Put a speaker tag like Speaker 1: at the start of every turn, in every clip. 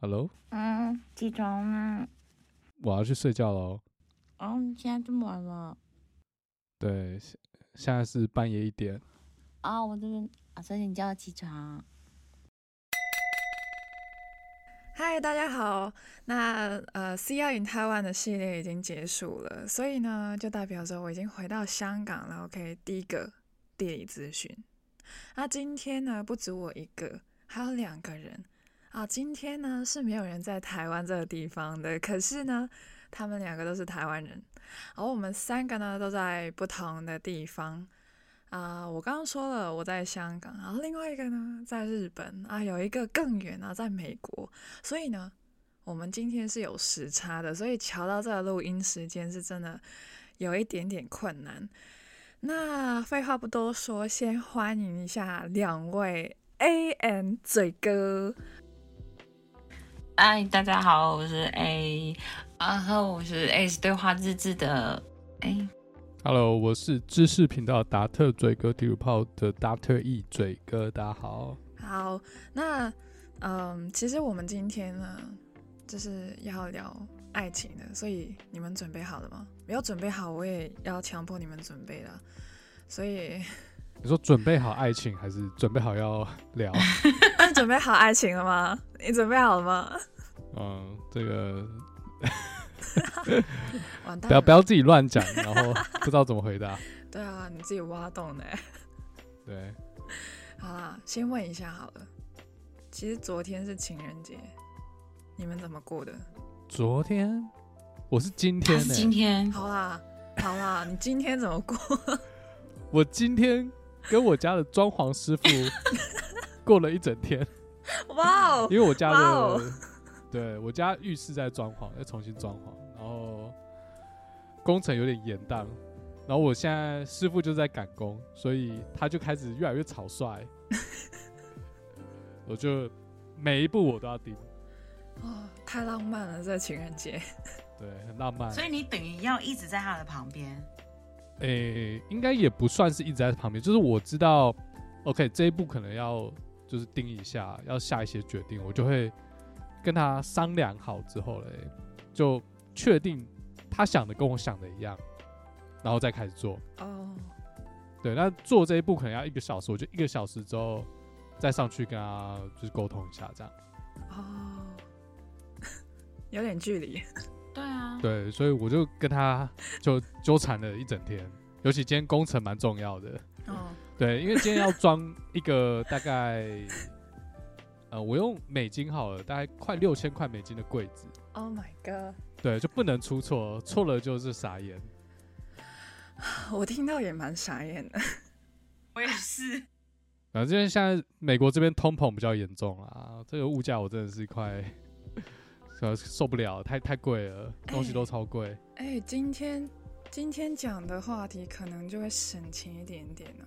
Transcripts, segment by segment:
Speaker 1: Hello，
Speaker 2: 嗯，起床啦！
Speaker 1: 我要去睡觉喽。
Speaker 2: 哦，你现在这么晚了？
Speaker 1: 对，现现在是半夜一点。
Speaker 2: 啊、我这边啊，所以你叫我起床。
Speaker 3: 嗨，大家好。那呃，CR in Taiwan 的系列已经结束了，所以呢，就代表着我已经回到香港了。OK，第一个地理资讯。那今天呢，不止我一个，还有两个人啊。今天呢是没有人在台湾这个地方的，可是呢，他们两个都是台湾人，而我们三个呢都在不同的地方。啊、我刚刚说了我在香港，然后另外一个呢在日本啊，有一个更远啊，在美国。所以呢，我们今天是有时差的，所以调到这个录音时间是真的有一点点困难。那废话不多说，先欢迎一下两位 A N 嘴哥。
Speaker 4: 嗨，大家好，我是 A，然后我是 A 是对话日志的 A，
Speaker 1: Hello，我是知识频道达特嘴哥地图炮的达特 E 嘴哥，大家好。
Speaker 3: 好，那嗯，其实我们今天呢就是要聊爱情的，所以你们准备好了吗？没有准备好，我也要强迫你们准备了。所以，
Speaker 1: 你说准备好爱情，还是准备好要 聊？
Speaker 3: 那你准备好爱情了吗？你准备好了吗？
Speaker 1: 嗯，这个
Speaker 3: 完蛋
Speaker 1: 不要
Speaker 3: 了，
Speaker 1: 不要自己乱讲，然后 不知道怎么回答。
Speaker 3: 对啊，你自己挖洞 的欸。
Speaker 1: 对，
Speaker 3: 好啦，先问一下好了。其实昨天是情人节，你们怎么过的？
Speaker 1: 昨天我是今
Speaker 4: 他
Speaker 1: 天
Speaker 4: 啊
Speaker 1: 欸
Speaker 4: 是
Speaker 1: 呢、
Speaker 4: 今天
Speaker 3: 好啦，好啦，你今天怎么 过？
Speaker 1: 我今天跟我家的装潢师傅过了一整天。
Speaker 3: 哇哦，
Speaker 1: 因为我家的，
Speaker 3: 哇哦
Speaker 1: 对我家浴室在装潢，要重新装潢，然后工程有点延宕，然后我现在师傅就在赶工，所以他就开始越来越草 率，我就每一步我都要盯，
Speaker 3: 哦，太浪漫了，这情人节。
Speaker 1: 对，很浪漫。
Speaker 4: 所以你等于要一直在他的旁边。
Speaker 1: 诶、应该也不算是一直在旁边，就是我知道，OK，这一步可能要就是定一下，要下一些决定，我就会跟他商量好之后嘞，就确定他想的跟我想的一样，然后再开始做。
Speaker 3: 哦，
Speaker 1: 对，那做这一步可能要一个小时，我就一个小时之后再上去跟他就是沟通一下，这样。
Speaker 3: 哦， 有点距离。
Speaker 4: 对啊，
Speaker 1: 对，所以我就跟他就纠缠了一整天，尤其今天工程蛮重要的。
Speaker 3: 哦，
Speaker 1: 对，因为今天要装一个大概，呃，我用美金好了，大概快六千块美金的柜子，
Speaker 3: Oh my god！
Speaker 1: 对，就不能出错，错了就是傻眼。
Speaker 3: 我听到也蛮傻眼的。
Speaker 4: 我也是。
Speaker 1: 反正现在美国这边通膨比较严重啦，这个物价我真的是快呃受不了，太太贵了，东西都超贵。
Speaker 3: 哎、今天今天讲的话题可能就会省钱一点点呢、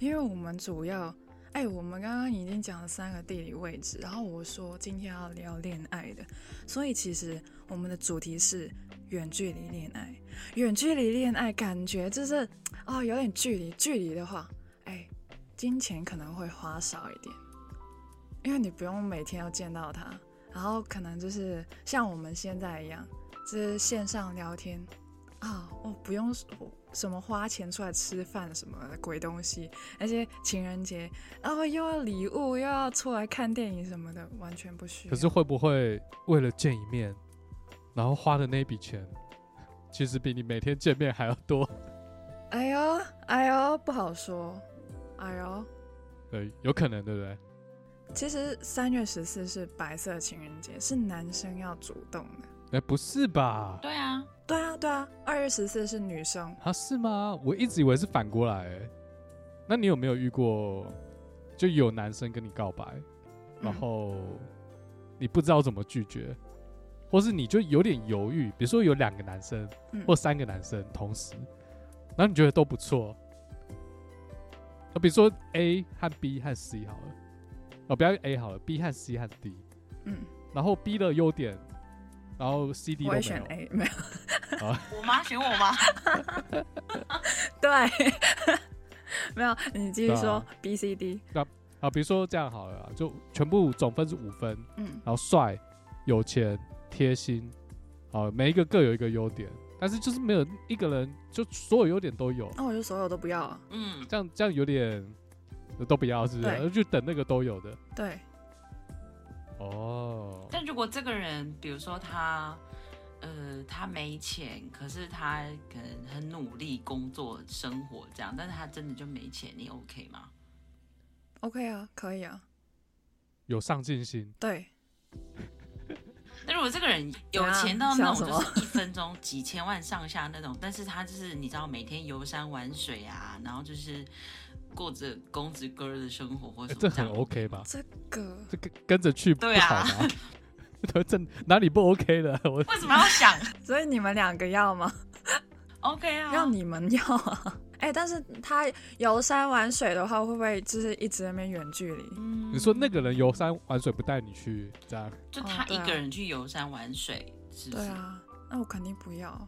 Speaker 3: 因为我们主要，哎、我们刚刚已经讲了三个地理位置，然后我说今天要聊恋爱的，所以其实我们的主题是远距离恋爱。远距离恋爱感觉就是，哦，有点距离，距离的话，哎、金钱可能会花少一点，因为你不用每天要见到他，然后可能就是像我们现在一样。就是线上聊天啊，我不用我什么花钱出来吃饭什么鬼东西，而且情人节啊又要礼物又要出来看电影什么的，完全不需要。
Speaker 1: 可是会不会为了见一面，然后花的那笔钱，其实比你每天见面还要多？
Speaker 3: 哎呦哎呦不好说，哎呦，
Speaker 1: 对，有可能，对不对？
Speaker 3: 其实三月十四是白色情人节，是男生要主动的。
Speaker 1: 哎、不是吧？
Speaker 4: 对啊，
Speaker 3: 对啊对啊，二月十四是女生。
Speaker 1: 啊，是吗？我一直以为是反过来、欸。那你有没有遇过，就有男生跟你告白，然
Speaker 3: 嗯
Speaker 1: 后你不知道怎么拒绝，或是你就有点犹豫？比如说有两个男生
Speaker 3: 嗯
Speaker 1: 或三个男生同时，然后你觉得都不错。啊，比如说 A 和 B 和 C 好了，哦，不要 A 好了，B 和 C 和 D，
Speaker 3: 嗯，
Speaker 1: 然后 B 的优点，然后 C、D 都
Speaker 3: 我
Speaker 1: 没
Speaker 3: 也选
Speaker 1: 有。
Speaker 3: A，没有
Speaker 4: 我妈选我吗？
Speaker 3: 对， 没有，你继续
Speaker 1: 对啊
Speaker 3: 说 B C D，
Speaker 1: 啊，比如说这样好了啊，就全部总分是五分，
Speaker 3: 嗯
Speaker 1: 然后帅有钱、贴心，啊，每一个各有一个优点，但是就是没有一个人就所有优点都有，
Speaker 3: 那、我就所有都不要啊。
Speaker 4: 嗯，
Speaker 1: 这样这样有点都不要，是不
Speaker 3: 对
Speaker 1: 是？就等那个都有的
Speaker 3: 对，
Speaker 1: 哦。
Speaker 4: 但如果这个人，比如说他，呃，他没钱，可是他可能很努力工作生活这样，但是他真的就没钱，你 OK 吗？
Speaker 3: OK 啊，可以啊，
Speaker 1: 有上进心，
Speaker 3: 对，
Speaker 4: 那如果这个人有钱
Speaker 3: 怎
Speaker 4: 到
Speaker 3: 样
Speaker 4: 那种
Speaker 3: 想什么
Speaker 4: 就是一分钟几千万上下那种，但是他就是你知道每天游山玩水啊，然后就是过着公子哥儿的生活或
Speaker 1: 欸
Speaker 4: 什么
Speaker 1: 这
Speaker 4: 这
Speaker 1: 很
Speaker 4: 样
Speaker 1: OK 吧？
Speaker 3: 这个
Speaker 1: 这跟跟着去不
Speaker 4: 对啊嗯
Speaker 1: 好吗？ 这哪里不 OK 了？ 我
Speaker 4: 为什么要想
Speaker 3: 所以你们两个要吗？
Speaker 4: OK 啊？
Speaker 3: 要你们要啊。哎、但是他游山玩水的话，会不会就是一直在那边远距离？
Speaker 4: 嗯
Speaker 1: 你说那个人游山玩水不带你去，这样
Speaker 4: 就
Speaker 3: 哦
Speaker 4: 他
Speaker 3: 对
Speaker 4: 一
Speaker 3: 啊
Speaker 4: 个人去游山玩水，是不
Speaker 3: 对
Speaker 4: 是？
Speaker 3: 啊，那我肯定不要。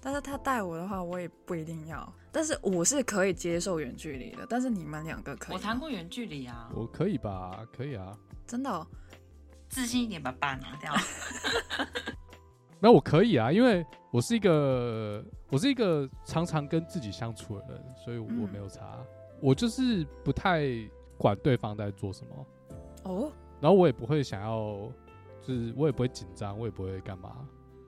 Speaker 3: 但是他带我的话，我也不一定要。但是我是可以接受远距离的，但是你们两个可以
Speaker 4: 我
Speaker 3: 吗？
Speaker 4: 谈过远距离啊，
Speaker 1: 我可以吧？可以啊，
Speaker 3: 真的、哦，
Speaker 4: 自信一点把爸拿
Speaker 3: 啊
Speaker 4: 掉。
Speaker 1: 那我可以啊，因为我是一个我是一个常常跟自己相处的人，所以我
Speaker 3: 嗯
Speaker 1: 没有差。我就是不太管对方在做什么，
Speaker 3: 哦，
Speaker 1: 然后我也不会想要，就是我也不会紧张，我也不会干嘛，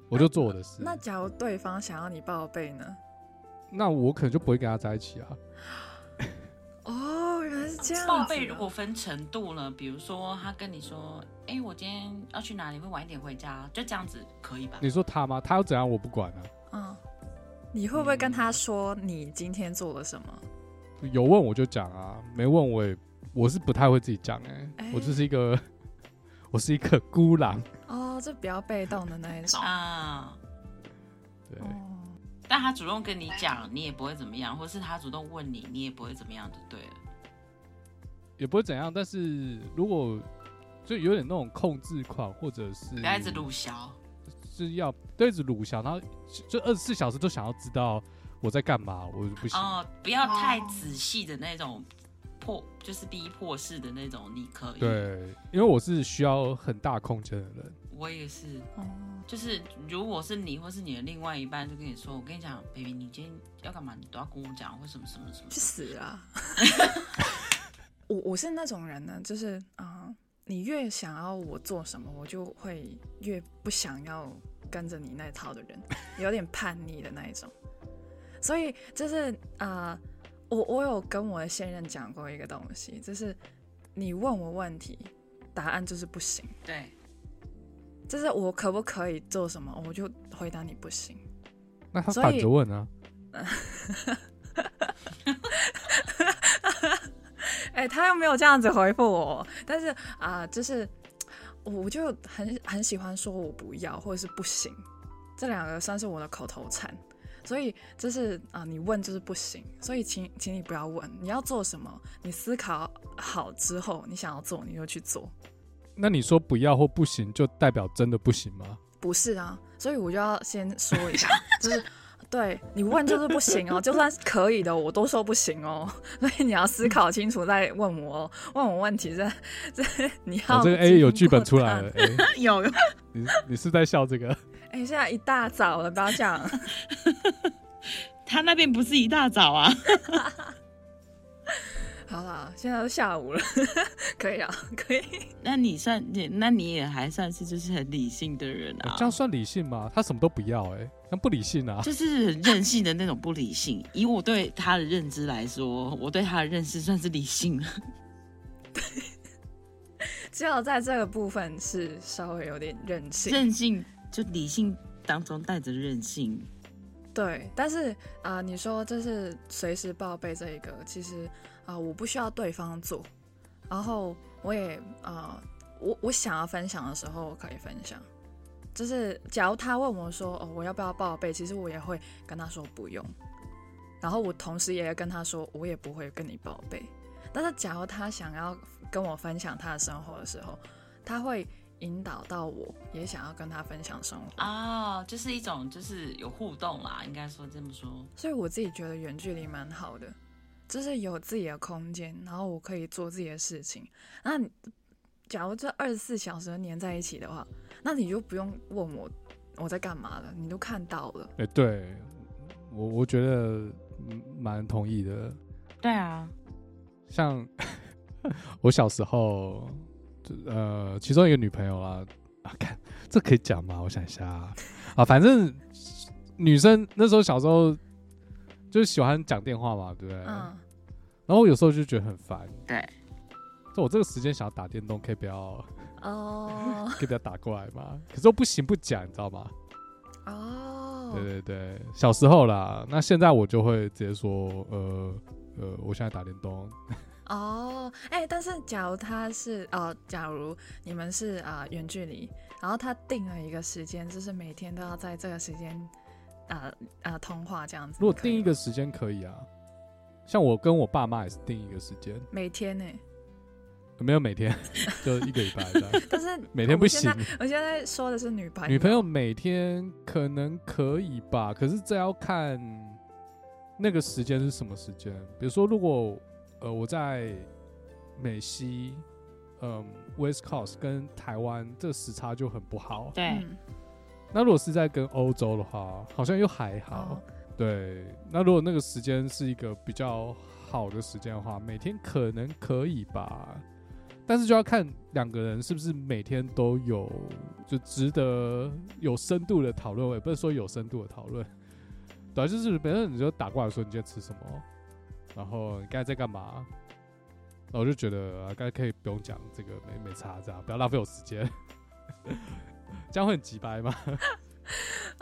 Speaker 1: 我就做我的事。
Speaker 3: 那假如对方想要你报备呢？
Speaker 1: 那我可能就不会跟他在一起啊。
Speaker 3: 哦，原来是这样子啊。
Speaker 4: 报备如果分程度呢？比如说他跟你说，哎、我今天要去哪里，会晚一点回家，就这样子可以吧？
Speaker 1: 你说他吗？他要怎样我不管啊。
Speaker 3: 嗯，你会不
Speaker 4: 嗯
Speaker 3: 会跟他说你今天做了什么？
Speaker 1: 有问我就讲啊，没问我也我是不太会自己讲哎、
Speaker 3: 哎
Speaker 1: 我就是一个 我是一个孤狼，
Speaker 3: 哦，就比较被动的那一 种。
Speaker 4: 啊，
Speaker 1: 对，
Speaker 3: 哦，
Speaker 4: 但他主动跟你讲，你也不会怎么样，或是他主动问你，你也不会怎么样，就对了。
Speaker 1: 也不会怎样。但是如果就有点那种控制狂，或者是
Speaker 4: 不要一直鲁小，
Speaker 1: 是要对着鲁想，然后就二十四小时都想要知道我在干嘛，我就不行。
Speaker 4: 哦，不要太仔细的那种迫，就是逼迫式的那种，你可以。，
Speaker 1: 对，因为我是需要很大空间的人。
Speaker 4: 我也是。
Speaker 3: 哦，
Speaker 4: 就是如果是你或是你的另外一半，就跟你说，我跟你讲，baby，你今天要干嘛，你都要跟我讲，或什么什么什么
Speaker 3: 去。死啊！ 我我是那种人呢，就是啊、呃你越想要我做什么，我就会越不想要跟着你那套的人，有点叛逆的那一种。所以就是啊、呃我我有跟我的现任讲过一个东西，就是你问我问题，答案就是不行。
Speaker 4: 对，
Speaker 3: 就是我可不可以做什么，我就回答你不行。
Speaker 1: 那他
Speaker 3: 所以
Speaker 1: 反着问啊，
Speaker 3: 哎、他又没有这样子回复我，但是啊、就是我就很很喜欢说我不要或者是不行，这两个算是我的口头禅。所以就是啊、你问就是不行，所以请请你不要问，你要做什么，你思考好之后，你想要做你就去做，
Speaker 1: 那你说不要或不行，就代表真的不行吗？
Speaker 3: 不是啊，所以我就要先说一下，就是对你问就是不行哦，就算是可以的，我都说不行哦， 所以你要思考清楚再问我哦，问我问 题这这你
Speaker 1: 我、
Speaker 3: 要、
Speaker 1: 哦这个 A 有剧本出来 了，，哎、
Speaker 4: 有
Speaker 1: 你你是在笑这个？
Speaker 3: 哎、现在一大早了，不要这样，
Speaker 4: 他那边不是一大早啊。
Speaker 3: 好了，现在都下午了， 可以啊，可以，
Speaker 4: 那你算你，那你也还算是就是很理性的人
Speaker 1: 欸
Speaker 4: 啊，
Speaker 1: 这样算理性吗？他什么都不要、欸，哎，那不理性 啊！
Speaker 4: 就是很任性的那种不理性。以我对他的认知来说，我对他的认识算是理性了。
Speaker 3: 只有在这个部分是稍微有点任性，
Speaker 4: 任性就理性当中带着任性，
Speaker 3: 对，但是啊、你说就是随时报备这一个，其实啊、我不需要对方做，然后我也啊、我我想要分享的时候我可以分享。就是假如他问我说哦我要不要报备，其实我也会跟他说不用，然后我同时也跟他说我也不会跟你报备。但是假如他想要跟我分享他的生活的时候，他会引导到我也想要跟他分享生活
Speaker 4: 啊、就是一种就是有互动啦，应该说这么说。
Speaker 3: 所以我自己觉得远距离蛮好的，就是有自己的空间，然后我可以做自己的事情。那你假如这二十四小时都黏在一起的话，那你就不用问我我在干嘛了，你都看到了。
Speaker 1: 哎、对我我觉得嗯蛮同意的。
Speaker 2: 对啊，
Speaker 1: 像 我小时候，就呃，其中一个女朋友啦，啊，看这可以讲吗？我想一下啊，啊反正女生那时候小时候就是喜欢讲电话嘛，对不对？
Speaker 3: 嗯，
Speaker 1: 然后有时候就觉得很烦，
Speaker 4: 对，
Speaker 1: 就我这个时间想要打电动，可以不要
Speaker 3: 哦
Speaker 1: 可以不要打过来吗？ 可是又不行不讲，你知道吗？
Speaker 3: 哦嗯
Speaker 1: 对，对对，小时候啦，那现在我就会直接说，呃呃，我现在打电动，
Speaker 3: 哦，哎、但是假如他是呃，假如你们是呃远距离，然后他定了一个时间，就是每天都要在这个时间呃呃通话这样子。
Speaker 1: 如果
Speaker 3: 可以
Speaker 1: 定一
Speaker 3: 吗
Speaker 1: 个时间可以啊，像我跟我爸妈也是定一个时间，
Speaker 3: 每 天呢、
Speaker 1: 没有每天，就一个礼拜这样。
Speaker 3: 但是
Speaker 1: 每天
Speaker 3: 我
Speaker 1: 不
Speaker 3: 现在
Speaker 1: 行，
Speaker 3: 我现在说的是女朋友，
Speaker 1: 女朋友每天可能可以吧，可是这要看那个时间是什么时间。比如说，如果呃我在美西，嗯、West Coast 跟台湾这时差就很不好。
Speaker 4: 哎
Speaker 2: 对，
Speaker 3: 嗯，
Speaker 1: 那如果是在跟欧洲的话，好像又还好。
Speaker 3: 哦
Speaker 1: 对，那如果那个时间是一个比较好的时间的话，每天可能可以吧，但是就要看两个人是不是每天都有就值得有深度的讨论，也不是说有深度的讨论， 对啊，就是比如说你就打过来说你今天吃什么，然后你刚才在干嘛，然后我就觉得啊，刚才可以不用讲这个，没没差，这样不要浪费我时间， 这样会很急掰吗？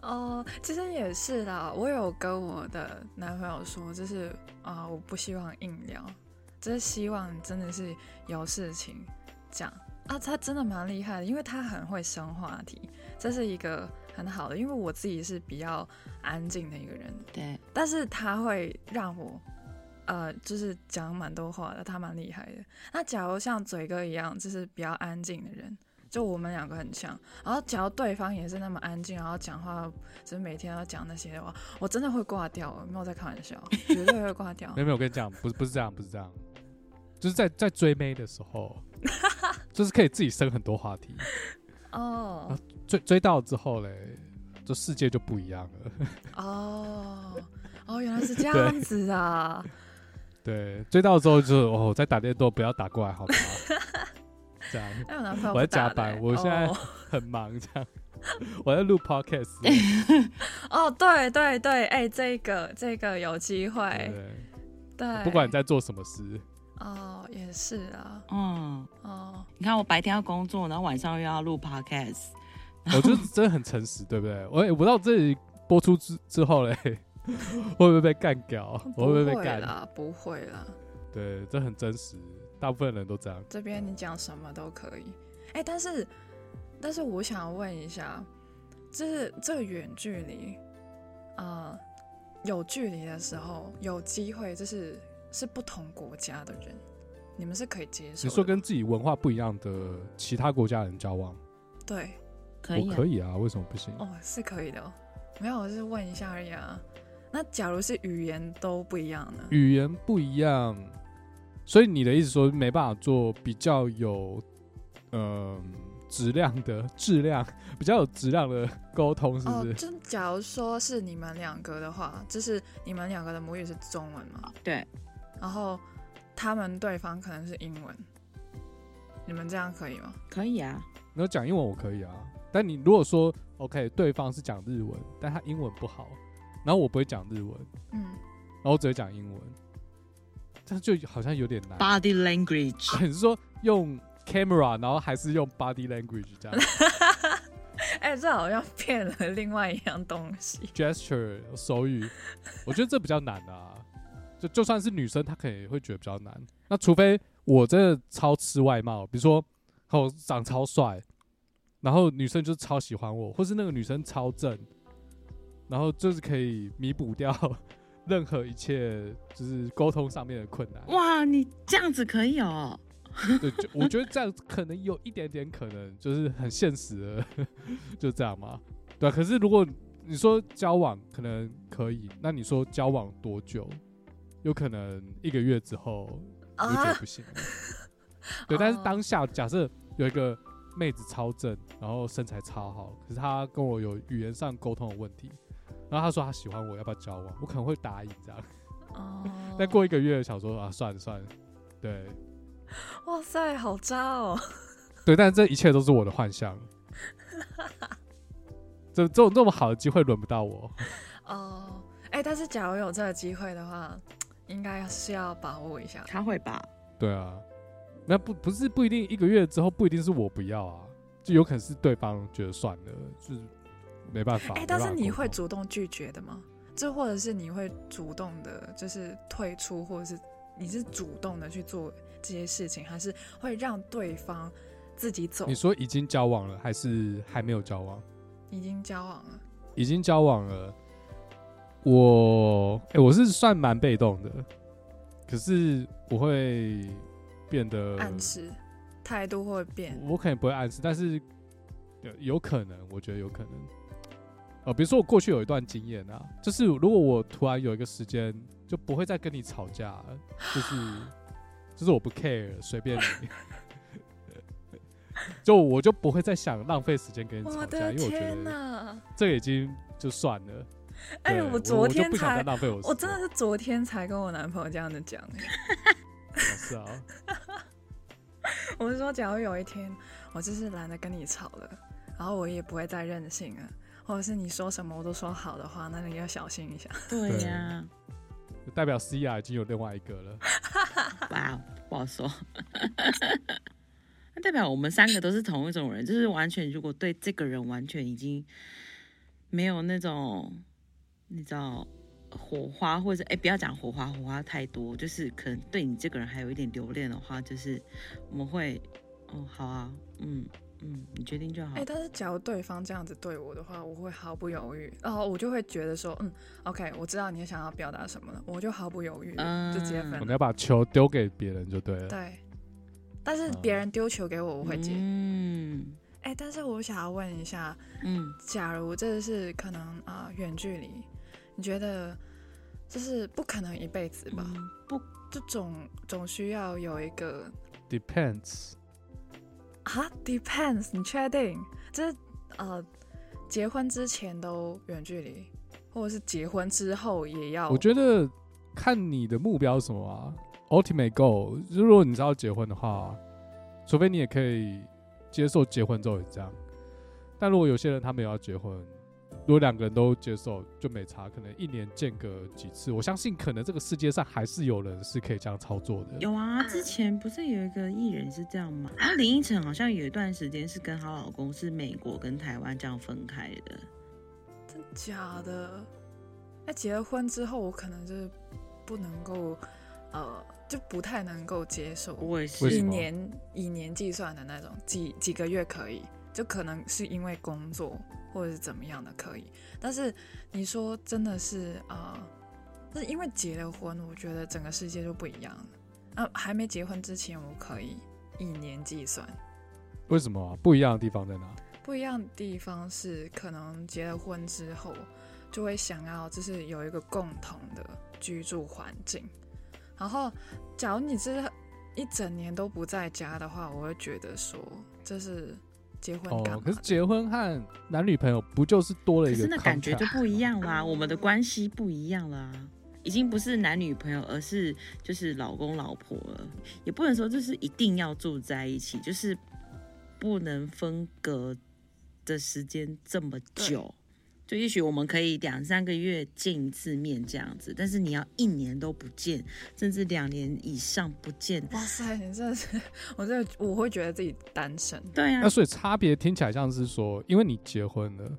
Speaker 3: 哦，其实也是啦。我有跟我的男朋友说，就是啊、呃我不希望硬聊，就是希望真的是有事情讲啊。他真的蛮厉害的，因为他很会生话题，这是一个很好的。因为我自己是比较安静的一个人，
Speaker 4: 对，
Speaker 3: 但是他会让我，呃，就是讲蛮多话的，他蛮厉害的。那假如像嘴哥一样，就是比较安静的人，就我们两个很像。然后假如对方也是那么安静，然后讲话就是每天要讲那些话，我真的会挂掉，我没有在开玩 笑，绝对会挂掉
Speaker 1: 没。有没有，我跟你讲，不是不是这样，不是这样，就是在在追妹的时 候，就是可以自己生很多话题，
Speaker 3: 哦
Speaker 1: 追追到之后嘞，这世界就不一样了。
Speaker 3: 哦哦，原来是这样子啊！
Speaker 1: 对，追到之后就是哦，再打电动不要打过来 好吗？这样
Speaker 3: 那哎我男朋友
Speaker 1: 我在
Speaker 3: 不打
Speaker 1: 加
Speaker 3: 的
Speaker 1: 班
Speaker 3: 欸
Speaker 1: 我现在
Speaker 3: 哦
Speaker 1: 很忙，这样 我在录 podcast，
Speaker 3: 哦，对对对，哎、这个这个有机
Speaker 1: 对不
Speaker 3: 会，
Speaker 1: 对
Speaker 3: 对，
Speaker 1: 不管你在做什么事，
Speaker 3: 哦，也是啊，
Speaker 4: 嗯，
Speaker 3: 哦，
Speaker 4: 你看我白天要工作，然后晚上又要录 podcast，
Speaker 1: 我就是真的很诚实，对不对？我也不知道这里播出之之后嘞， 会不会被干 掉？我
Speaker 3: 不
Speaker 1: 会不会被
Speaker 3: 哦会
Speaker 1: 干？
Speaker 3: 啦，不会啦，
Speaker 1: 对，这很真实，大部分人都这样。
Speaker 3: 这边你讲什么都可以。哎、但是，但是我想问一下，就是这个远距离，呃，有距离的时候，有机会就是是不同国家的人，你们是可以接
Speaker 1: 你
Speaker 3: 受的吗？
Speaker 1: 说跟自己文化不一样的其他国家人交往，
Speaker 3: 对
Speaker 4: 可以、
Speaker 1: 我
Speaker 4: 啊，
Speaker 1: 可以啊，为什么不行？
Speaker 3: 哦，是可以的、哦。没有，我是问一下而已啊。那假如是语言都不一样呢？
Speaker 1: 语言不一样，所以你的意思说没办法做比较有呃质量的 质量，比较有质量的沟通，是不
Speaker 3: 哦
Speaker 1: 是？，
Speaker 3: 就假如说是你们两个的话，就是你们两个的母语是中文嘛？
Speaker 4: 对，
Speaker 3: 然后他们对方可能是英文，你们这样可以吗？
Speaker 4: 可以啊，
Speaker 1: 你要讲英文我可以啊，但你如果说 OK，对方是讲日文，但他英文不好，然后我不会讲日文，
Speaker 3: 嗯，
Speaker 1: 然后我只会讲英文，这样就好像有点难。
Speaker 4: body language，
Speaker 1: 很说用 camera，然后还是用 body language 这样
Speaker 3: 哎、这好像骗了另外一样东西
Speaker 1: gesture 手语，我觉得这比较难啊。就就算是女生，她可能也会觉得比较难。那除非我真的超吃外貌，比如说哦长超帅，然后女生就超喜欢我，或是那个女生超正，然后就是可以弥补掉 任何一切就是沟通上面的困难。
Speaker 4: 哇，你这样子可以哦，
Speaker 1: 对，就我觉得这样可能有一点点可能，就是很现实的， 就这样嘛。对啊、可是如果你说交往可能可以，那你说交往多久？有可能一个月之后你就觉得
Speaker 3: 啊！
Speaker 1: 不行了。对，但是
Speaker 3: 哦
Speaker 1: 当下假设有一个妹子超正，然后身材超好，可是她跟我有语言上沟通的问题，然后她说她喜欢我，要不要交往？我可能会答应这样，
Speaker 3: 哦，
Speaker 1: 但过一个月想说啊，算了算了，对
Speaker 3: 哇塞，好渣哦！
Speaker 1: 对，但这一切都是我的幻 想，这这种这么好的机会轮不到我，
Speaker 3: 哦，哎，但是假如有这个机会的话，应该是要把握一下。
Speaker 2: 他会吧？
Speaker 1: 对啊，那不不是不一定一个月之后不一定是我不要啊，就有可能是对方觉得算了，就是没办法。
Speaker 3: 哎，但
Speaker 1: 没
Speaker 3: 是
Speaker 1: 办法
Speaker 3: 你
Speaker 1: 沟
Speaker 3: 会
Speaker 1: 通
Speaker 3: 主动拒绝的吗？就或者是你会主动的，就是退出，或者是你是主动的去做这些事情，还是会让对方自己走
Speaker 1: 你？说已经交往了还是还没有交往？
Speaker 3: 已经交往了，
Speaker 1: 已经交往了，我哎、我是算蛮被动的，可是我会变得
Speaker 3: 暗示态度会变。
Speaker 1: 我可能不会暗示，但是有有可能，我觉得有可能。呃，比如说我过去有一段经验啊，就是如果我突然有一个时间就不会再跟你吵架了，就是就是我不 care，随便你，就我就不会再想浪费时间跟你吵架，
Speaker 3: 我的
Speaker 1: 因为我觉
Speaker 3: 天
Speaker 1: 得
Speaker 3: 哪！
Speaker 1: 这个已经就算了。
Speaker 3: 哎，
Speaker 1: 对
Speaker 3: 我
Speaker 1: 我
Speaker 3: 昨
Speaker 1: 我
Speaker 3: 天
Speaker 1: 就不想再
Speaker 3: 才，
Speaker 1: 浪费我时间，
Speaker 3: 我真的是昨天才跟我男朋友这样子 讲。
Speaker 1: 啊是啊，
Speaker 3: 我是说，假如有一天我就是懒得跟你吵了，然后我也不会再任性了，或者是你说什么我都说好的话，那你要小心一下。
Speaker 1: 嗯
Speaker 2: 对
Speaker 1: 对
Speaker 2: 呀、
Speaker 1: 就代表 C R 已经有另外一个 了。
Speaker 4: 哇，不好说。 那代表我们三个都是同一种人，就是完全如果对这个人完全已经没有那种，你知道火花，或者哎、不要讲火花，火花太多，就是可能对你这个人还有一点留恋的话，就是我们会哦，好啊，嗯嗯，你决定就好
Speaker 3: 哎、。但是假如对方这样子对我的话，我会毫不犹豫，然后我就会觉得说，嗯，OK，我知道你想要表达什么了，我就毫不犹豫地、
Speaker 1: 嗯
Speaker 3: 就直接分
Speaker 1: 我
Speaker 3: 了
Speaker 1: 们要把球丢给别人就对了。
Speaker 3: 对，
Speaker 1: 嗯
Speaker 3: 但是别人丢球给我，我会接。
Speaker 4: 嗯
Speaker 3: 哎、但是我想要问一下，
Speaker 4: 嗯，
Speaker 3: 假如这是可能啊、远距离，你觉得就是不可能一辈子吧？
Speaker 4: 嗯不
Speaker 3: 就总总需要有一个
Speaker 1: Depends，
Speaker 3: 啊，depends，你确定？就是呃，结婚之前都远距离，或者是结婚之后也要？
Speaker 1: 我觉得看你的目标是什么啊。Ultimate goal，就是如果你是要结婚的话，除非你也可以接受结婚之后也这样。但如果有些人他没有要结婚，如果两个人都接受，就没差，可能一年见个几次。我相信可能这个世界上还是有人是可以这样操作的。
Speaker 4: 有啊，之前不是有一个艺人是这样吗？然后林依晨好像有一段时间是跟她老公是美国跟台湾这样分开的。
Speaker 3: 真假的？那结了婚之后，我可能就是不能够，呃，就不太能够接受。
Speaker 4: 我也
Speaker 1: 为
Speaker 4: 是，
Speaker 1: 什
Speaker 3: 一
Speaker 1: 么
Speaker 3: 年以年计算的那种，几几个月可以，就可能是因为工作或者是怎么样的可以。但是你说真的是啊，那、是因为结了婚，我觉得整个世界就不一样了。啊，还没结婚之前，我可以以年计算。
Speaker 1: 为什么啊、不一样的地方在哪？
Speaker 3: 不一样的地方是，可能结了婚之后，就会想要就是有一个共同的居住环境。然后，假如你是一整年都不在家的话，我会觉得说这是结婚干
Speaker 1: 哦
Speaker 3: 嘛，
Speaker 1: 可是结婚和男女朋友不就是多了
Speaker 4: 可
Speaker 1: 一个
Speaker 4: 是那感觉
Speaker 1: contract
Speaker 4: 就不一样啦，我们的关系不一样啦，已经不是男女朋友，而是就是老公老婆了。也不能说就是一定要住在一起，就是不能分隔的时间这么久。就也许我们可以两三个月见一次面这样子，但是你要一年都不见，甚至两年以上不见。
Speaker 3: 哇塞，你真的是，我真的我会觉得自己单身。
Speaker 4: 对啊
Speaker 1: 那，所以差别听起来像是说，因为你结婚了，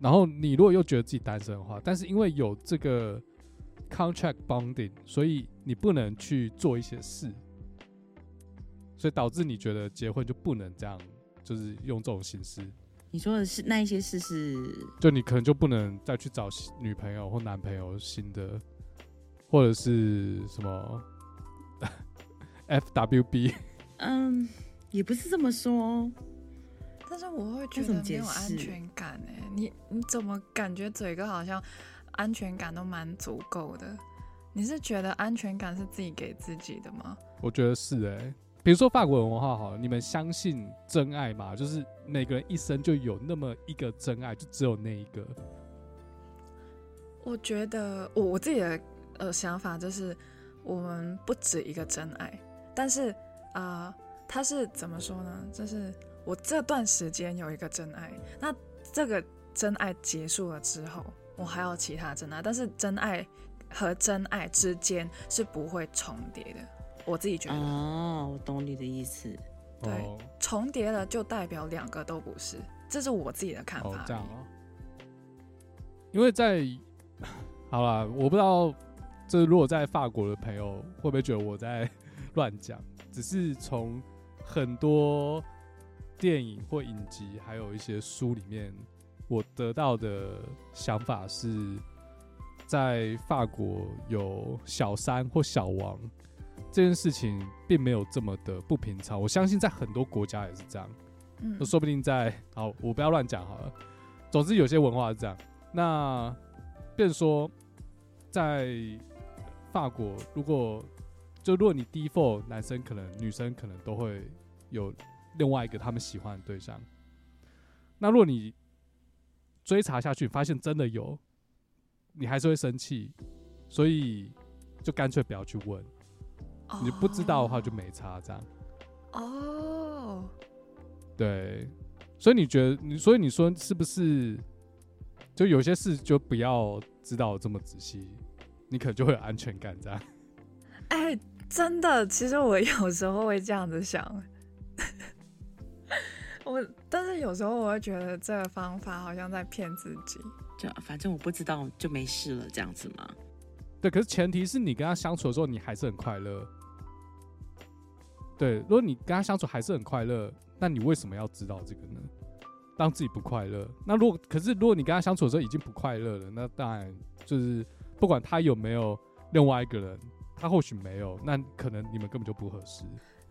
Speaker 1: 然后你如果又觉得自己单身的话，但是因为有这个 contract bonding，所以你不能去做一些事，所以导致你觉得结婚就不能这样，就是用这种形式，
Speaker 4: 你说的是那一些事是
Speaker 1: 就你可能就不能再去找新女朋友或男朋友新的，或者是什么 FWB。
Speaker 4: 嗯，也不是这么说，哦
Speaker 3: 但是我会觉
Speaker 4: 那怎
Speaker 3: 得
Speaker 4: 么
Speaker 3: 没
Speaker 4: 解
Speaker 3: 有
Speaker 4: 释
Speaker 3: 安全感哎、你你怎么感觉嘴哥好像安全感都蛮足够的？你是觉得安全感是自己给自己的吗？
Speaker 1: 我觉得是哎、比如说法国文化好了，你们相信真爱吗？就是每个人一生就有那么一个真爱，就只有那一个。
Speaker 3: 我觉得我我自己的呃想法就是，我们不止一个真爱，但是啊，他、是怎么说呢？就是我这段时间有一个真爱，那这个真爱结束了之后，我还有其他真爱，但是真爱和真爱之间是不会重叠的。我自己觉得，
Speaker 4: 哦，我懂你的意思。
Speaker 3: 对
Speaker 1: 哦
Speaker 3: 重叠了就代表两个都不是，这是我自己的看法而已。
Speaker 1: 哦，这样哦。因为在 好啦，我不知道，这如果在法国的朋友会不会觉得我在 乱讲？只是从很多电影或影集，还有一些书里面，我得到的想法是，在法国有小三或小王这件事情，并没有这么的不平常。我相信在很多国家也是这样。
Speaker 3: 嗯
Speaker 1: 那，说不定在好，我不要乱讲好了。总之，有些文化是这样。那便说，在法国，如果就如果你 default 男生可能女生可能都会有另外一个他们喜欢的对象。那如果你追查下去，发现真的有，你还是会生气，所以就干脆不要去问。你不知道的话就没差，这样。
Speaker 3: 哦。
Speaker 1: 对，所以你觉得你，所以你说是不是？就有些事就不要知道这么仔细，你可能就会有安全感这样。
Speaker 3: 哎、真的，其实我有时候会这样子想， 我但是有时候我会觉得这个方法好像在骗自己。
Speaker 4: 就啊反正我不知道就没事了，这样子吗？
Speaker 1: 对，可是前提是你跟他相处的时候，你还是很快乐。对，如果你跟他相处还是很快乐，那你为什么要知道这个呢？让自己不快乐。那如果可是如果你跟他相处的时候已经不快乐了，那当然就是不管他有没有另外一个人，他或许没有，那可能你们根本就不合适。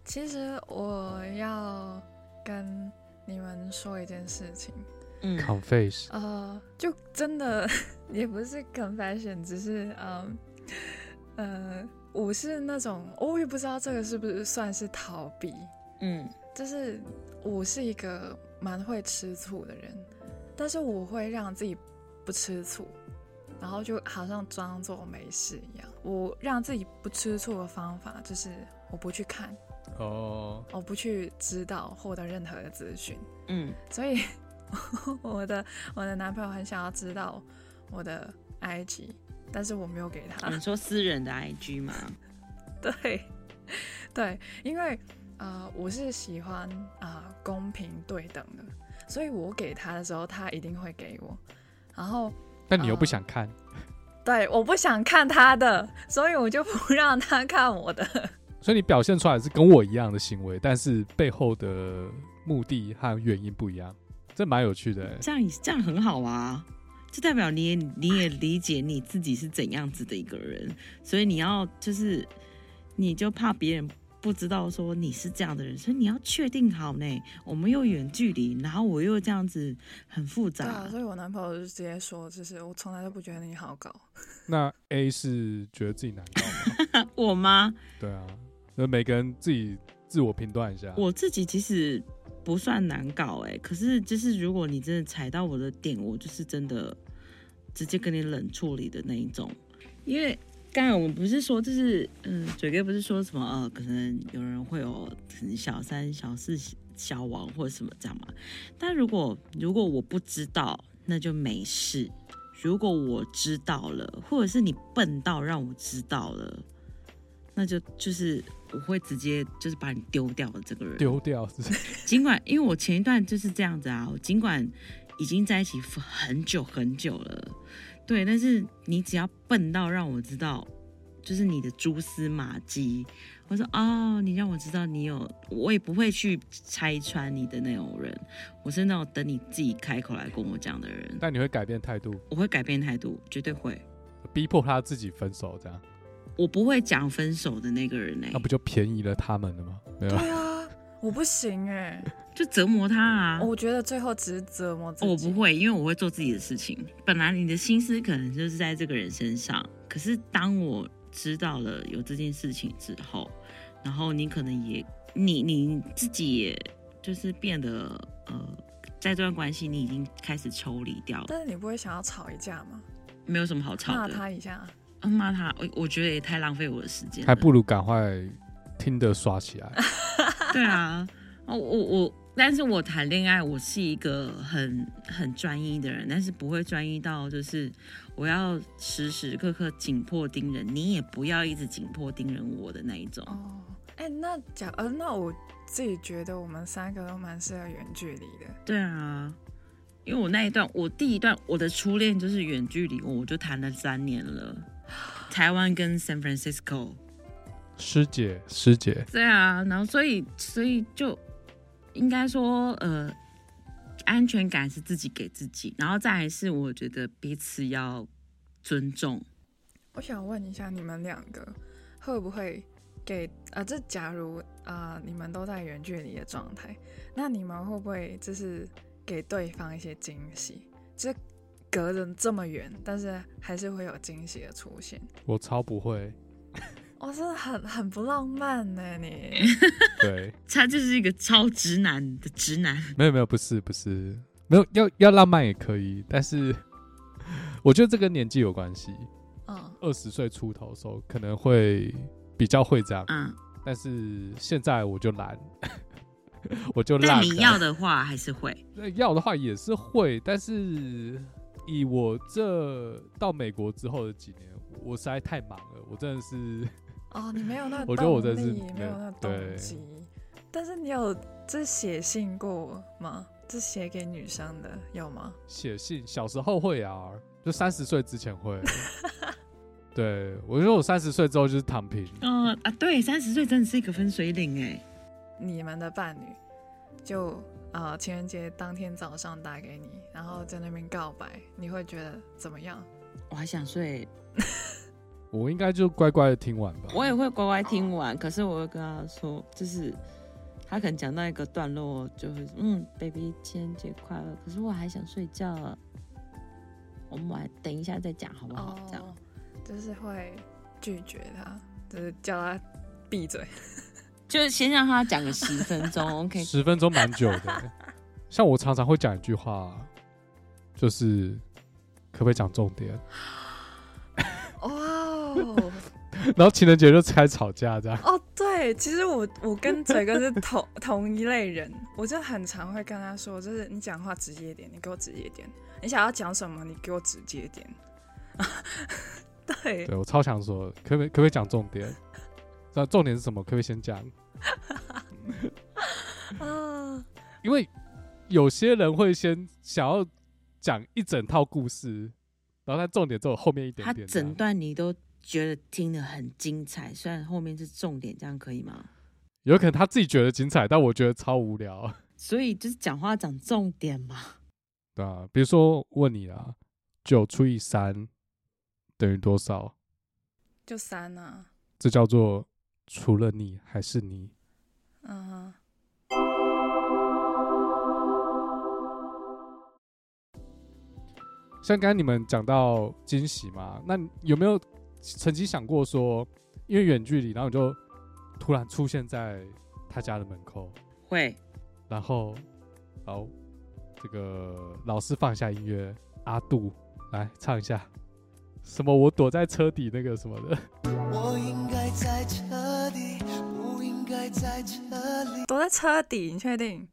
Speaker 3: 其实我要跟你们说一件事情，
Speaker 4: 嗯，
Speaker 1: Confess，
Speaker 3: 呃，就真的也不是 confession，只是嗯呃，我是那种哦我也不知道这个是不是算是逃避，
Speaker 4: 嗯，
Speaker 3: 就是我是一个蛮会吃醋的人，但是我会让自己不吃醋，然后就好像装作没事一样。我让自己不吃醋的方法就是我不去看，
Speaker 1: 哦，
Speaker 3: 我不去知道获得任何的资讯，
Speaker 4: 嗯，
Speaker 3: 所以 我的我的男朋友很想要知道我的 IG，但是我没有给他。
Speaker 4: 你说私人的 IG 吗？
Speaker 3: 对，对，因为呃，我是喜欢啊、呃公平对等的，所以我给他的时候，他一定会给我。然后
Speaker 1: 但你又不
Speaker 3: 呃
Speaker 1: 想看，
Speaker 3: 对，我不想看他的，所以我就不 让他看我的。
Speaker 1: 所以你表现出来是跟我一样的行为，但是背后的目的和原因不一样，这蛮有趣的、欸。
Speaker 4: 这样这样很好啊，就代表你也你也理解你自己是怎样子的一个人，所以你要就是你就怕别人不知道说你是这样的人，所以你要确定好呢。我们又远距离，然后我又这样子很复
Speaker 3: 对啊
Speaker 4: 杂，，
Speaker 3: 所以我男朋友就直接说，就是我从来都不觉得你好 搞。
Speaker 1: 那 A 是觉得自己难搞吗？
Speaker 4: 我吗？
Speaker 1: 对啊，那每个人自己自我评断一下。
Speaker 4: 我自己其实不算难搞哎、可是就是如果你真的踩到我的点，我就是真的直接跟你冷处理的那一种。因为刚才我们不是说，就是嗯，嘴哥不是说什么呃，可能有人会有可能小三、小四、小王或者什么这样嘛。但如果如果我不知道，那就没事；如果我知道了，或者是你笨到让我知道了，那就就是我会直接就是把你丢掉的这个人。
Speaker 1: 丢掉是不是
Speaker 4: 尽管因为我前一段就是这样子啊，我尽管已经在一起很久很久了，对，但是你只要笨到让我知道，就是你的蛛丝马迹，我说哦，你让我知道你有，我也不会去拆穿你的那种人，我是那种等你自己开口来跟我讲的人，
Speaker 1: 但你会改变态度，
Speaker 4: 我会改变态度，绝对会，
Speaker 1: 逼迫他自己分手，这样
Speaker 4: 我不会讲分手的那个人欸呢、
Speaker 1: 那啊不就便宜了他们了吗？没有，
Speaker 3: 对啊，我不行哎、
Speaker 4: 就折磨他啊。
Speaker 3: 我觉得最后只是折磨自
Speaker 4: 哦我
Speaker 3: 己。
Speaker 4: 不会，因为我会做自己的事情。本来你的心思可能就是在这个人身上，可是当我知道了有这件事情之后，然后你可能也你你自己也就是变得呃，在这段关系你已经开始抽离掉了，
Speaker 3: 但是你不会想要吵一架吗？
Speaker 4: 没有什么好吵
Speaker 3: 骂
Speaker 4: 的。
Speaker 3: 他一下啊，
Speaker 4: 啊骂他，我我觉得也太浪费我的时间了，
Speaker 1: 还不如赶快听的刷起来。
Speaker 4: 对啊，哦，我我，但是我谈恋爱，我是一个很很专一的人，但是不会专一到就是我要时时刻刻紧迫盯人，你也不要一直紧迫盯人我的那一种。
Speaker 3: 哦，哎、那假呃，那我自己觉得我们三个都蛮适合远距离的。
Speaker 4: 对啊，因为我那一段，我第一段我的初恋就是远距离，我就谈了三年了，台湾跟 San Francisco。
Speaker 1: 师姐，师姐，
Speaker 4: 对啊，然后所以所以就应该说，呃，安全感是自己给自己，然后再来是我觉得彼此要尊重。
Speaker 3: 我想问一下，你们两个会不会给啊？这假如啊、你们都在远距离的状态，那你们会不会就是给对方一些惊喜？就是隔着这么远，但是还是会有惊喜的出现。
Speaker 1: 我超不会。
Speaker 3: 我、真的很很不浪漫呢、你
Speaker 1: 对，
Speaker 4: 他就是一个超直男的直男，
Speaker 1: 没有没有，不是不是，没有要要浪漫也可以，但是 我觉得这跟年纪有关系。
Speaker 3: 嗯，
Speaker 1: 二十岁出头的时候可能会比较会这样，
Speaker 4: 嗯，
Speaker 1: 但是现在我就懒， 我就
Speaker 4: 但
Speaker 1: 烂了。
Speaker 4: 你要的话还是 会，
Speaker 1: 那要的话也是会，但是以我这到美国之后的几年，我实在太忙了，我真的是
Speaker 3: 哦，你没有那
Speaker 1: 我
Speaker 3: 个
Speaker 1: 觉得我真
Speaker 3: 动
Speaker 1: 的是
Speaker 3: 力，没有那个
Speaker 1: 对
Speaker 3: 动机。但是你有这写信过吗？这写给女生的有吗？
Speaker 1: 写信，小时候会啊，就三十岁之前 会。对，我觉得我三十岁之后就是躺平，
Speaker 4: 嗯、啊，对，三十岁真的是一个分水岭哎、
Speaker 3: 你们的伴侣就呃情人节当天早上打给你，然后在那边告白，你会觉得怎么样？
Speaker 4: 我还想睡，
Speaker 1: 我应该就乖乖的听完吧。
Speaker 4: 我也会乖乖听完，可是我会跟他说，就是他可能讲到一个段落，就会嗯，baby 情人节快乐，可是我还想睡觉了，我们来等一下再讲好不好？这样，
Speaker 3: 哦，就是会拒绝他，就是叫他闭嘴。
Speaker 4: 就是先让他讲个十分钟，OK，
Speaker 1: 十分钟蛮久 的。像我常常会讲一句话，就是可不可以讲重点？
Speaker 3: 哇哦，
Speaker 1: 然后情人节就开始吵架这样。
Speaker 3: 哦，对，其实我我跟哲哥是同同一类人，我就很常会跟他说，就是你讲话直接一点，你给我直接一点，你想要讲什么，你给我直接一点。 对，
Speaker 1: 对我超想说，可不可以可不可以讲重点？那重点是什么？可不可以先讲？
Speaker 3: 啊，
Speaker 1: 因为有些人会先想要讲一整套故事，然后他重点只有后面一点
Speaker 4: 他
Speaker 1: 点这样。
Speaker 4: 整段你都觉得听得很精彩，虽然后面是重点，这样可以吗？
Speaker 1: 有可能他自己觉得精彩，但我觉得超无聊。
Speaker 4: 所以就是讲话讲重点嘛，
Speaker 1: 对啊，比如说问你啦，九除以三等于多少？
Speaker 3: 就三啊，
Speaker 1: 这叫做除了你还是你。
Speaker 3: 嗯哼。
Speaker 1: 像刚刚你们讲到惊喜嘛，那你有没有曾经想过说，因为远距离，然后你就突然出现在他家的门口，
Speaker 4: 会
Speaker 1: 然后，然后这个老师放下音乐，阿杜来唱一下什么？我躲在车底那个什么的，
Speaker 5: 我应该在这里，不应该在这里。
Speaker 3: 躲在车底，你确定？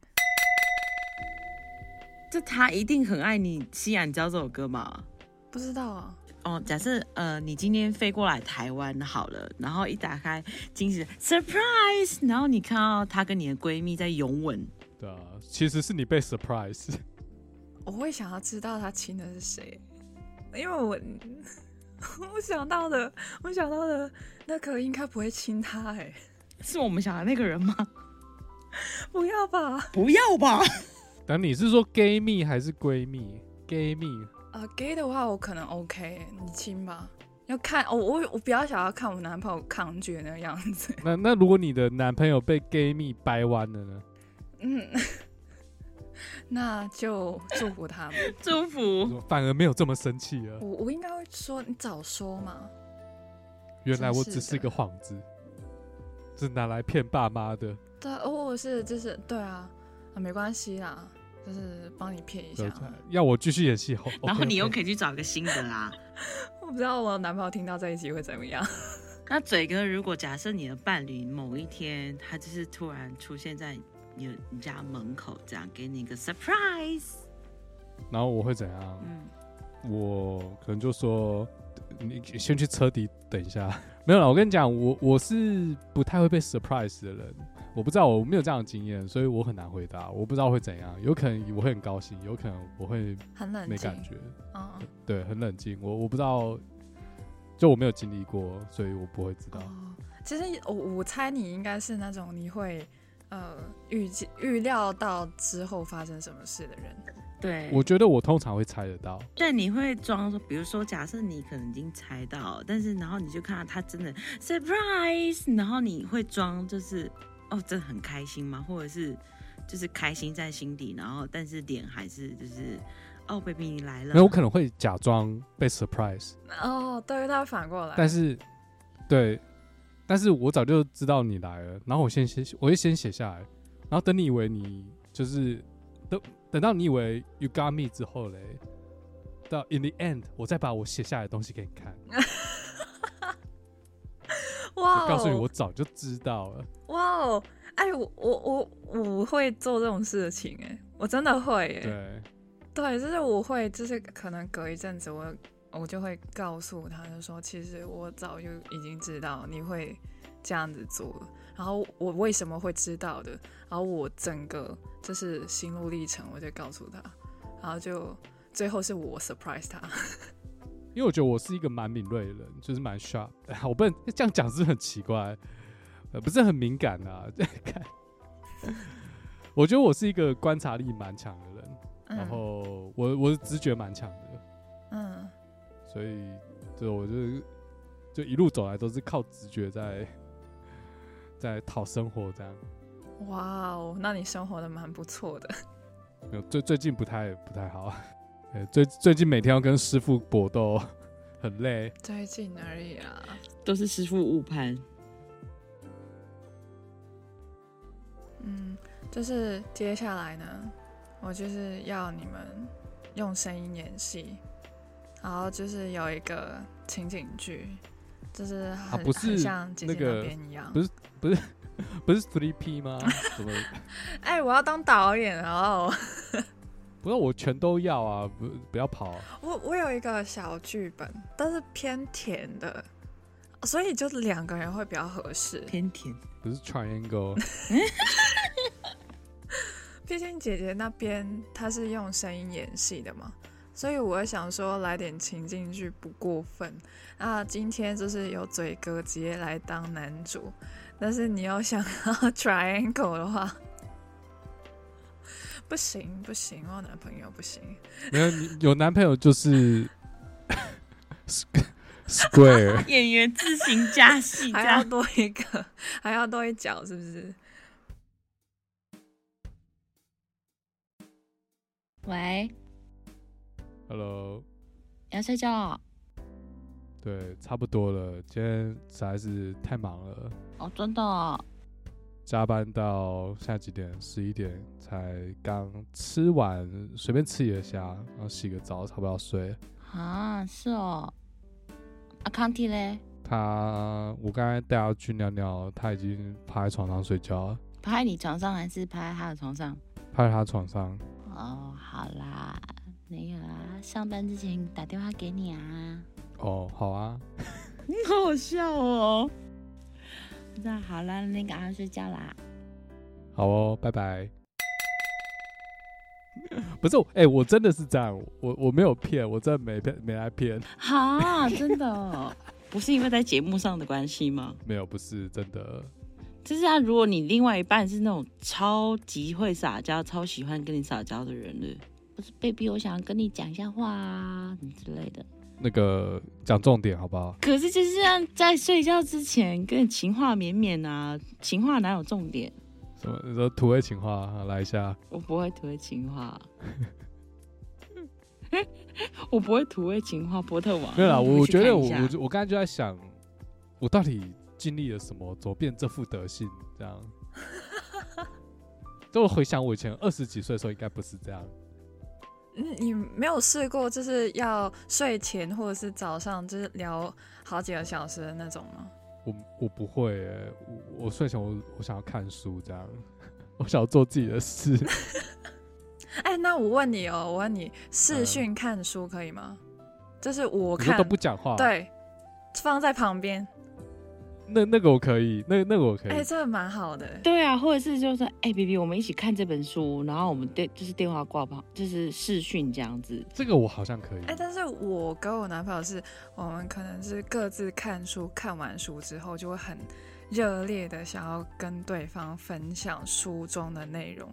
Speaker 4: 这他一定很爱你。西雅，你知道这首歌吗？
Speaker 3: 不知道啊。
Speaker 4: 哦，假设呃，你今天飞过来台湾好了，然后一打开惊喜 surprise，然后你看到她跟你的闺蜜在拥吻，
Speaker 1: 对啊，其实是你被 surprise，
Speaker 3: 我会想要知道他亲的是谁，因为我 我想到的，我想到的那个应该不会亲他哎、
Speaker 4: 是我们想的那个人吗？
Speaker 3: 不要吧？
Speaker 4: 不要吧，
Speaker 1: 但你是说 gay 蜜还是闺蜜？gay 蜜
Speaker 3: 呃，gay 的话我可能 OK，你亲吧。要看哦，我我比较想要看我男朋友抗拒的那个样子。
Speaker 1: 那那如果你的男朋友被 gay 蜜掰弯了呢？
Speaker 3: 嗯， 那就祝福他们。
Speaker 4: 祝福。
Speaker 1: 反而没有这么生气了。
Speaker 3: 我我应该会说你早说嘛。
Speaker 1: 原来我
Speaker 3: 真
Speaker 1: 只
Speaker 3: 是
Speaker 1: 是一
Speaker 3: 的
Speaker 1: 个幌子，是拿来骗爸妈的。
Speaker 3: 对啊，哦，是就是对啊，啊没关系啦，就是帮你骗一下
Speaker 1: 对。要我继续演戏，
Speaker 4: 然后你又可
Speaker 1: 以
Speaker 4: 以去找个新的啦。
Speaker 3: 我不知道我男朋友听到这一集会怎么样。
Speaker 4: 那嘴哥，如果假设你的伴侣某一天他就是突然出现在你的你家门口，这样给你一个 surprise，
Speaker 1: 然后我会怎样？
Speaker 4: 嗯，
Speaker 1: 我可能就说你先去车底等一下。 没有啦，我跟你讲，我我是不太会被 surprise 的人，我不知道我没有这样的经验，所以我很难回答，我不知道会怎样，有可能我会很高兴，有可能我会
Speaker 3: 很冷
Speaker 1: 没
Speaker 3: 静
Speaker 1: 感，觉，
Speaker 3: 嗯，
Speaker 1: 对，很冷静，我我不知道，就我没有经历过，所以我不会知道。
Speaker 3: 哦，其实我我猜你应该是那种你会呃预计预料到之后发生什么事的人。
Speaker 4: 对。
Speaker 1: 我觉得我通常会猜得到，
Speaker 3: 啊
Speaker 4: 但你会装说，比如说，假设你可能已经猜到，但是然后你就看到他真的 surprise，然后你会装就是哦，真的很开心吗？或者是就是开心在心底，然后但是脸还是就是哦，baby 你来了。
Speaker 1: 没有，我可能会假装被 surprise，
Speaker 3: 哦，对，他反过来，
Speaker 1: 但是对，但是我早就知道你来了，然后我先写，我会先写下来，然后等你以为你就是等等到你以为 you got me 之后嘞，到 in the end 我再把我写下来的东西给你看，我
Speaker 3: 哇哦，
Speaker 1: 告诉你我早就知道了，
Speaker 3: 哇哦，哎，我我我我会做这种事情哎、我真的会哎、
Speaker 1: 对。
Speaker 3: 对，就是我会，就是可能隔一阵子我我就会告诉他，就说其实我早就已经知道你会这样子做了，然后我为什么会知道的，然后我整个就是心路历程，我就告诉他，然后就最后是我 surprise 他，
Speaker 1: 因为我觉得我是一个蛮敏锐的人，就是蛮 sharp。我 不能这样讲，是不是很奇怪？呃，不是很敏感啊。看， 我觉得我是一个观察力蛮强的人，然
Speaker 3: 嗯
Speaker 1: 后我我的直觉蛮强的，
Speaker 3: 嗯，
Speaker 1: 所以就我就是就一路走来都是靠直觉在在讨生活这样。
Speaker 3: 哇哦，那你生活的蛮不错的，
Speaker 1: 没有最最近不太不太好，呃，最最近每天要跟师傅搏斗， 很累。
Speaker 3: 最近而已啊，
Speaker 4: 都是师傅误判。
Speaker 3: 嗯，就是接下来呢，我就是要你们用声音演戏，然后就是有一个情景剧，就是很、
Speaker 1: 啊不是
Speaker 3: 很像姐姐
Speaker 1: 那个
Speaker 3: 那边一样。
Speaker 1: 不是不是 three P 吗？怎么？
Speaker 3: 哎、我要当导演，哦然后
Speaker 1: 不是我全都要啊，不不要跑、啊。
Speaker 3: 我我有一个小剧本，但是偏甜的，所以就两个人会比较合适。
Speaker 4: 偏甜，
Speaker 1: 不是 triangle，
Speaker 3: 毕竟姐姐那边她是用声音演戏的嘛，所以我想说来点情境剧不过分。那今天就是由嘴哥直接来当男主，但是你要想要 triangle 的话，不行不行，我有男朋友不行。
Speaker 1: 没有你有男朋友就是 square，
Speaker 4: 演员自行加戏， 这
Speaker 3: 还要
Speaker 4: 样
Speaker 3: 多一个，还要多一脚，是不是？
Speaker 2: 喂，
Speaker 1: hello，
Speaker 2: 你要睡觉哦？
Speaker 1: 对，差不多了。今天实在是太忙了，
Speaker 2: 哦，真的哦？
Speaker 1: 加班到现在几点？十一点才刚吃完，随便吃一个虾，然后洗个澡，差不多要睡。
Speaker 2: 啊，是哦。阿康蒂嘞，
Speaker 1: 他，我刚才带他去尿尿，他已经趴在床上睡觉了，
Speaker 2: 趴在你床上还是趴在他的床上？
Speaker 1: 趴在他床上。
Speaker 2: 哦，好啦，没有啊，上班之前打电话给你啊。
Speaker 1: 哦，好啊，
Speaker 4: 嗯 好好笑哦。
Speaker 2: 那好啦，那个啊，睡觉啦。
Speaker 1: 好哦，拜拜。 不是，哎、我真的是这样，我我没有骗，我真的没骗，没来骗，
Speaker 2: 好，真的哦。
Speaker 4: 不是因为在节目上的关系吗？
Speaker 1: 没有，不是真的。
Speaker 4: 就是啊，如果你另外一半是那种超级会撒娇、超喜欢跟你撒娇的人的，
Speaker 2: 不是被逼，我想要跟你讲一下话啊，什么之类的。
Speaker 1: 那个讲重点好不好？
Speaker 4: 可是就是像在睡觉之前跟你情话绵绵啊，情话哪有重点？
Speaker 1: 什么？你说土味情话啊来一下？
Speaker 4: 我不会土味情话， 我不会土味情话，波特王。
Speaker 1: 没有啦，
Speaker 4: 你们
Speaker 1: 我
Speaker 4: 嗯去
Speaker 1: 觉
Speaker 4: 看一
Speaker 1: 得我
Speaker 4: 下
Speaker 1: 我我刚才就在想，我到底经历了什么，怎么变这副德性？这样 就我回想我以前二十几岁的时候，应该不是这样。
Speaker 3: 嗯，你没有试过就是要睡前或者是早上就是聊好几个小时的那种吗？
Speaker 1: 我我不会耶、我我睡前我我想要看书，这样， 我想要做自己的事。
Speaker 3: 哎，那我问你哦，我问你，视讯看书可以吗？就是我
Speaker 1: 嗯你说
Speaker 3: 看
Speaker 1: 都不啊讲话，，
Speaker 3: 对，放在旁边，
Speaker 1: 那那个我可以，那那个我可以
Speaker 3: 哎，，这蛮好的。
Speaker 4: 对啊，或者是就是说，哎、b b 我们一起看这本书，然后我们电就是电话挂旁，就是视讯这样子。
Speaker 1: 这个我好像可以。
Speaker 3: 哎，但是我跟我男朋友是，我们可能是各自看书，看完书之后就会很热烈的想要跟对方分享书中的内容，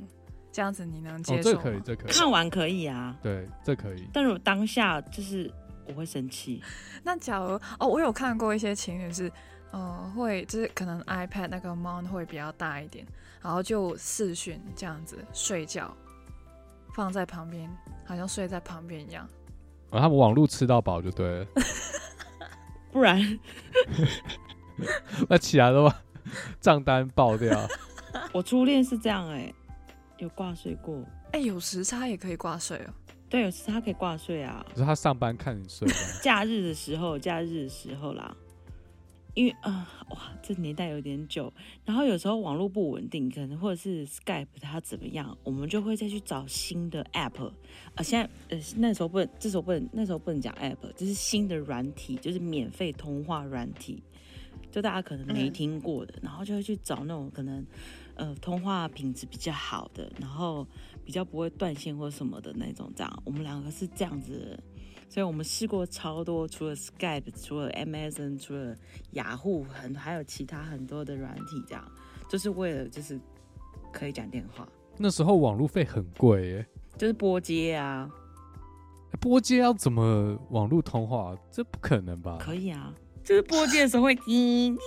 Speaker 3: 这样子你能
Speaker 1: 哦
Speaker 3: 接，受
Speaker 1: 这
Speaker 3: 吗？
Speaker 1: 可以，这可以，
Speaker 4: 看完可以啊，
Speaker 1: 对，这可以。
Speaker 4: 但如果当下就是我会生气，
Speaker 3: 那假如哦，我有看过一些情侣是，呃，会就是可能 iPad 那个 mon 会比较大一点，然后就视讯这样子睡觉，放在旁边，好像睡在旁边一样。
Speaker 1: 然后他们网络吃到饱就对了，
Speaker 4: 不然
Speaker 1: 那起来的话账单爆掉。
Speaker 4: 我初恋是这样哎、有挂睡过。
Speaker 3: 哎，有时差也可以挂睡哦。
Speaker 4: 对，有时他可以挂睡啊。
Speaker 1: 可是他上班看你睡吗，
Speaker 4: 假日的时候，假日的时候啦，因为啊、呃哇，这年代有点久，然后有时候网络不稳定，可能或者是 Skype 它怎么样，我们就会再去找新的 App 啊、现在呃那时候不能，这时候不能，那时候不能讲 App，这是新的软体，就是免费通话软体，就大家可能没
Speaker 3: 嗯
Speaker 4: 听过的，然后就会去找那种可能呃通话品质比较好的，然后比较不会断线或什么的那种，这样我们两个是这样子的人。所以我们试过超多，除了 Skype，除了 Amazon，除了雅虎，很还有其他很多的软体，这样就是为了就是可以讲电话，
Speaker 1: 那时候网路费很贵耶、哎
Speaker 4: 就是拨接啊，
Speaker 1: 波接要怎么网路通话？这不可能吧？
Speaker 4: 可以啊，就是拨接的时候会滴滴。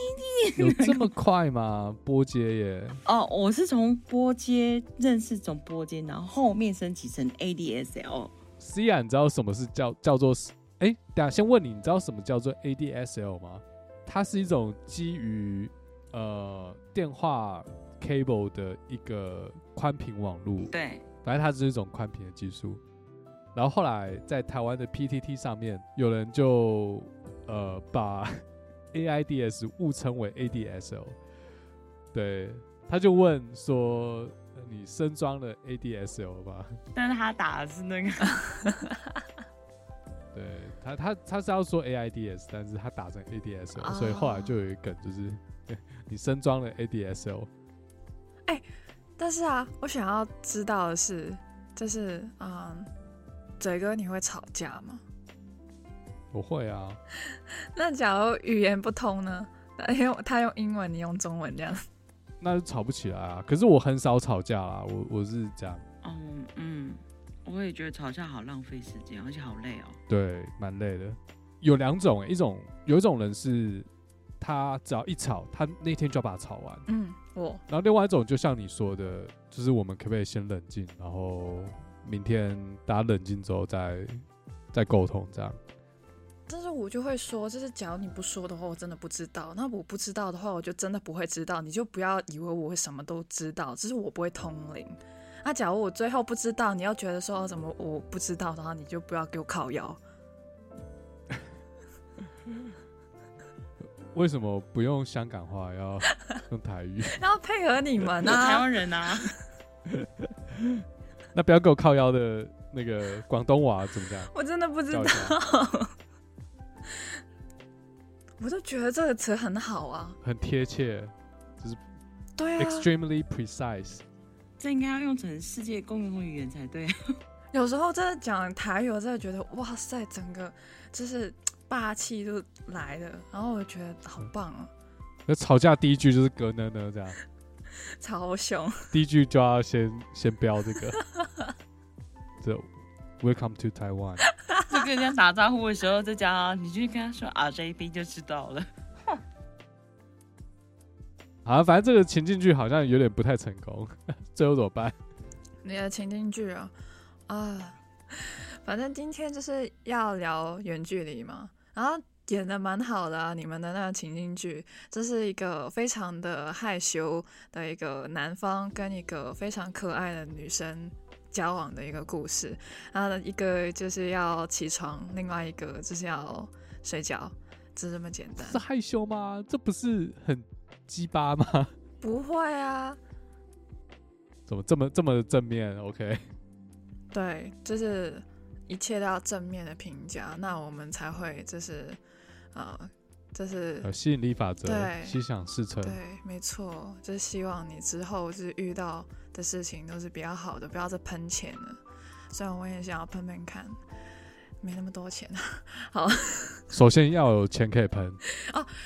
Speaker 1: 有这么快吗？波接耶，
Speaker 4: 哦，我是从拨接认识从拨接，然后后面升级成 ADSL。
Speaker 1: 思啊雅，你知道什么是叫叫做？哎、等下先问你，你知道什么叫做 ADSL 吗？它是一种基于呃电话 cable 的一个宽频网络，
Speaker 4: 对，
Speaker 1: 反正它是一种宽频的技术。然后后来在台湾的 PTT 上面，有人就呃把 AIDS 误称为 ADSL，对，他就问说呃你升装了 ADSL 吗？
Speaker 4: 但是他打的是那个，
Speaker 1: 对他，他他是要说 AIDS，但是他打成 ADSL，、
Speaker 3: 啊
Speaker 1: 所以后来就有一个就是 你升装了 ADSL，
Speaker 3: 但是啊，我想要知道的是，就是嗯，嘴哥你会吵架吗？
Speaker 1: 我会啊，
Speaker 3: 那假如语言不通呢？ 那因为他用英文，你用中文这样。
Speaker 1: 那就吵不起来啊。可是我很少吵架啦，我我是这样，
Speaker 4: 嗯嗯，我也觉得吵架好浪费时间，而且好累哦。
Speaker 1: 对，蛮累的。有两种、一种有一种人是他只要一吵，他那天就要把它吵完。
Speaker 3: 嗯，我
Speaker 1: 然后另外一种就像你说的，就是我们可不可以先冷静，然后明天大家冷静之后再再沟通这样。
Speaker 3: 但是我就会说，就是假如你不说的话，我真的不知道。那我不知道的话，我就真的不会知道。你就不要以为我会什么都知道，只是我不会通灵。那、假如我最后不知道，你要觉得说哦怎么我不知道的话，你就不要给我靠腰。
Speaker 1: 为什么不用香港话，要用台语？
Speaker 3: 那要配合你们
Speaker 4: 台
Speaker 3: 啊！
Speaker 4: 湾人啊，
Speaker 1: 那不要给我靠腰的那个广东话怎么讲？
Speaker 3: 我真的不知
Speaker 1: 教
Speaker 3: 道
Speaker 1: 一，下，
Speaker 3: 我就觉得这个词很好啊。
Speaker 1: 很贴 切
Speaker 3: 对啊，
Speaker 1: ，extremely precise。
Speaker 4: 这应该要用成世界共用语言才对。啊
Speaker 3: 有时候真的讲台语，我真的觉得哇塞，整个就是霸气就来了。然后我觉得好棒哦、
Speaker 1: 那吵架第一句就是咯呢呢这样，
Speaker 3: 超凶。
Speaker 1: 第一句就要先先标这个，这 Welcome to Taiwan。
Speaker 4: 就跟人家打招呼的时候，再加你去跟他说啊 RJB 就知道了。
Speaker 1: 好、啊，反正这个情境剧好像有点不太成功， 最后怎么办？
Speaker 3: 你的情景剧啊， 啊，反正今天就是要聊远距离嘛。然后演的蛮好的啊，你们的那个情景剧，这是一个非常的害羞的一个男方跟一个非常可爱的女生交往的一个故事。然后一个就是要起床，另外一个就是要睡觉，就这么简 单。
Speaker 1: 是害羞吗？这不是很鸡巴吗？
Speaker 3: 不会啊，
Speaker 1: 怎么这么这么的正面？OK，
Speaker 3: 对，就是一切都要正面的评价，那我们才会就是，呃，就是
Speaker 1: 有吸引力法则
Speaker 3: 对，
Speaker 1: 心想事成。
Speaker 3: 对，没错，就是希望你之后就是遇到的事情都是比较好的，不要再喷钱了。虽然我也想要喷喷看，没那么多钱啊。
Speaker 1: 首先要有钱可以喷，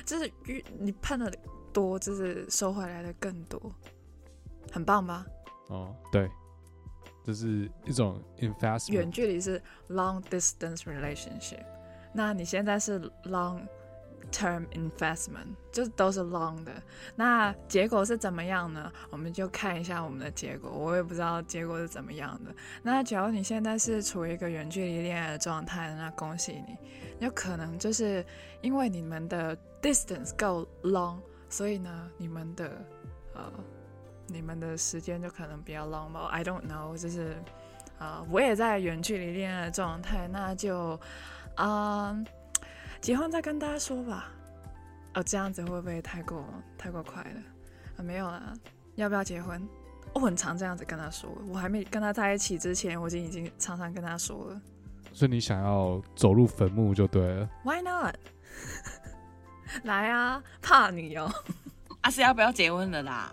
Speaker 3: 就是越你喷的多，就是收回来的更多，很棒吧？
Speaker 1: 哦，对，这是一种
Speaker 3: 远
Speaker 1: investment，
Speaker 3: 距离是 long distance relationship，那你现在是 long term investment，就是都是 long 的。那结果是怎么样呢？我们就看一下我们的结果，我也不知道结果是怎么样的。那假如你现在是处于一个远距离恋爱的状态，那恭喜你，有可能就是因为你们的 distance 够 long，所以呢，你们的呃。你们的时间就可能比较 long 吧，I don't know，就是啊、我也在远距离恋爱的状态，那就，啊、结婚再跟大家说吧。哦，这样子会不会太过太过快了？啊，没有啦，要不要结婚？哦我很常这样子跟他说，我还没跟他在一起之前，我已经已经常常跟他说了
Speaker 1: 所以你想要走入坟墓就对了。
Speaker 3: ，Why not？来啊，怕你哦。
Speaker 4: 阿啊是要不要结婚了啦？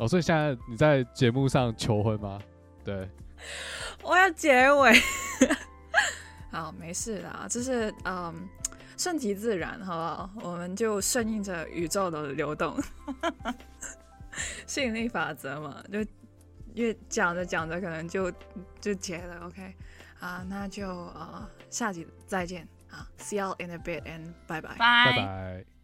Speaker 1: 哦，所以现在你在节目上求婚吗？对，
Speaker 3: 我要结尾。好，啊没事啦，就是嗯，顺其自然，好不好？我们就顺应着宇宙的流动， 吸引力法则嘛，就越讲着讲着，可能就就结了。OK，啊，那就呃，下集再见啊，See you in a bit and bye bye。
Speaker 1: 拜拜。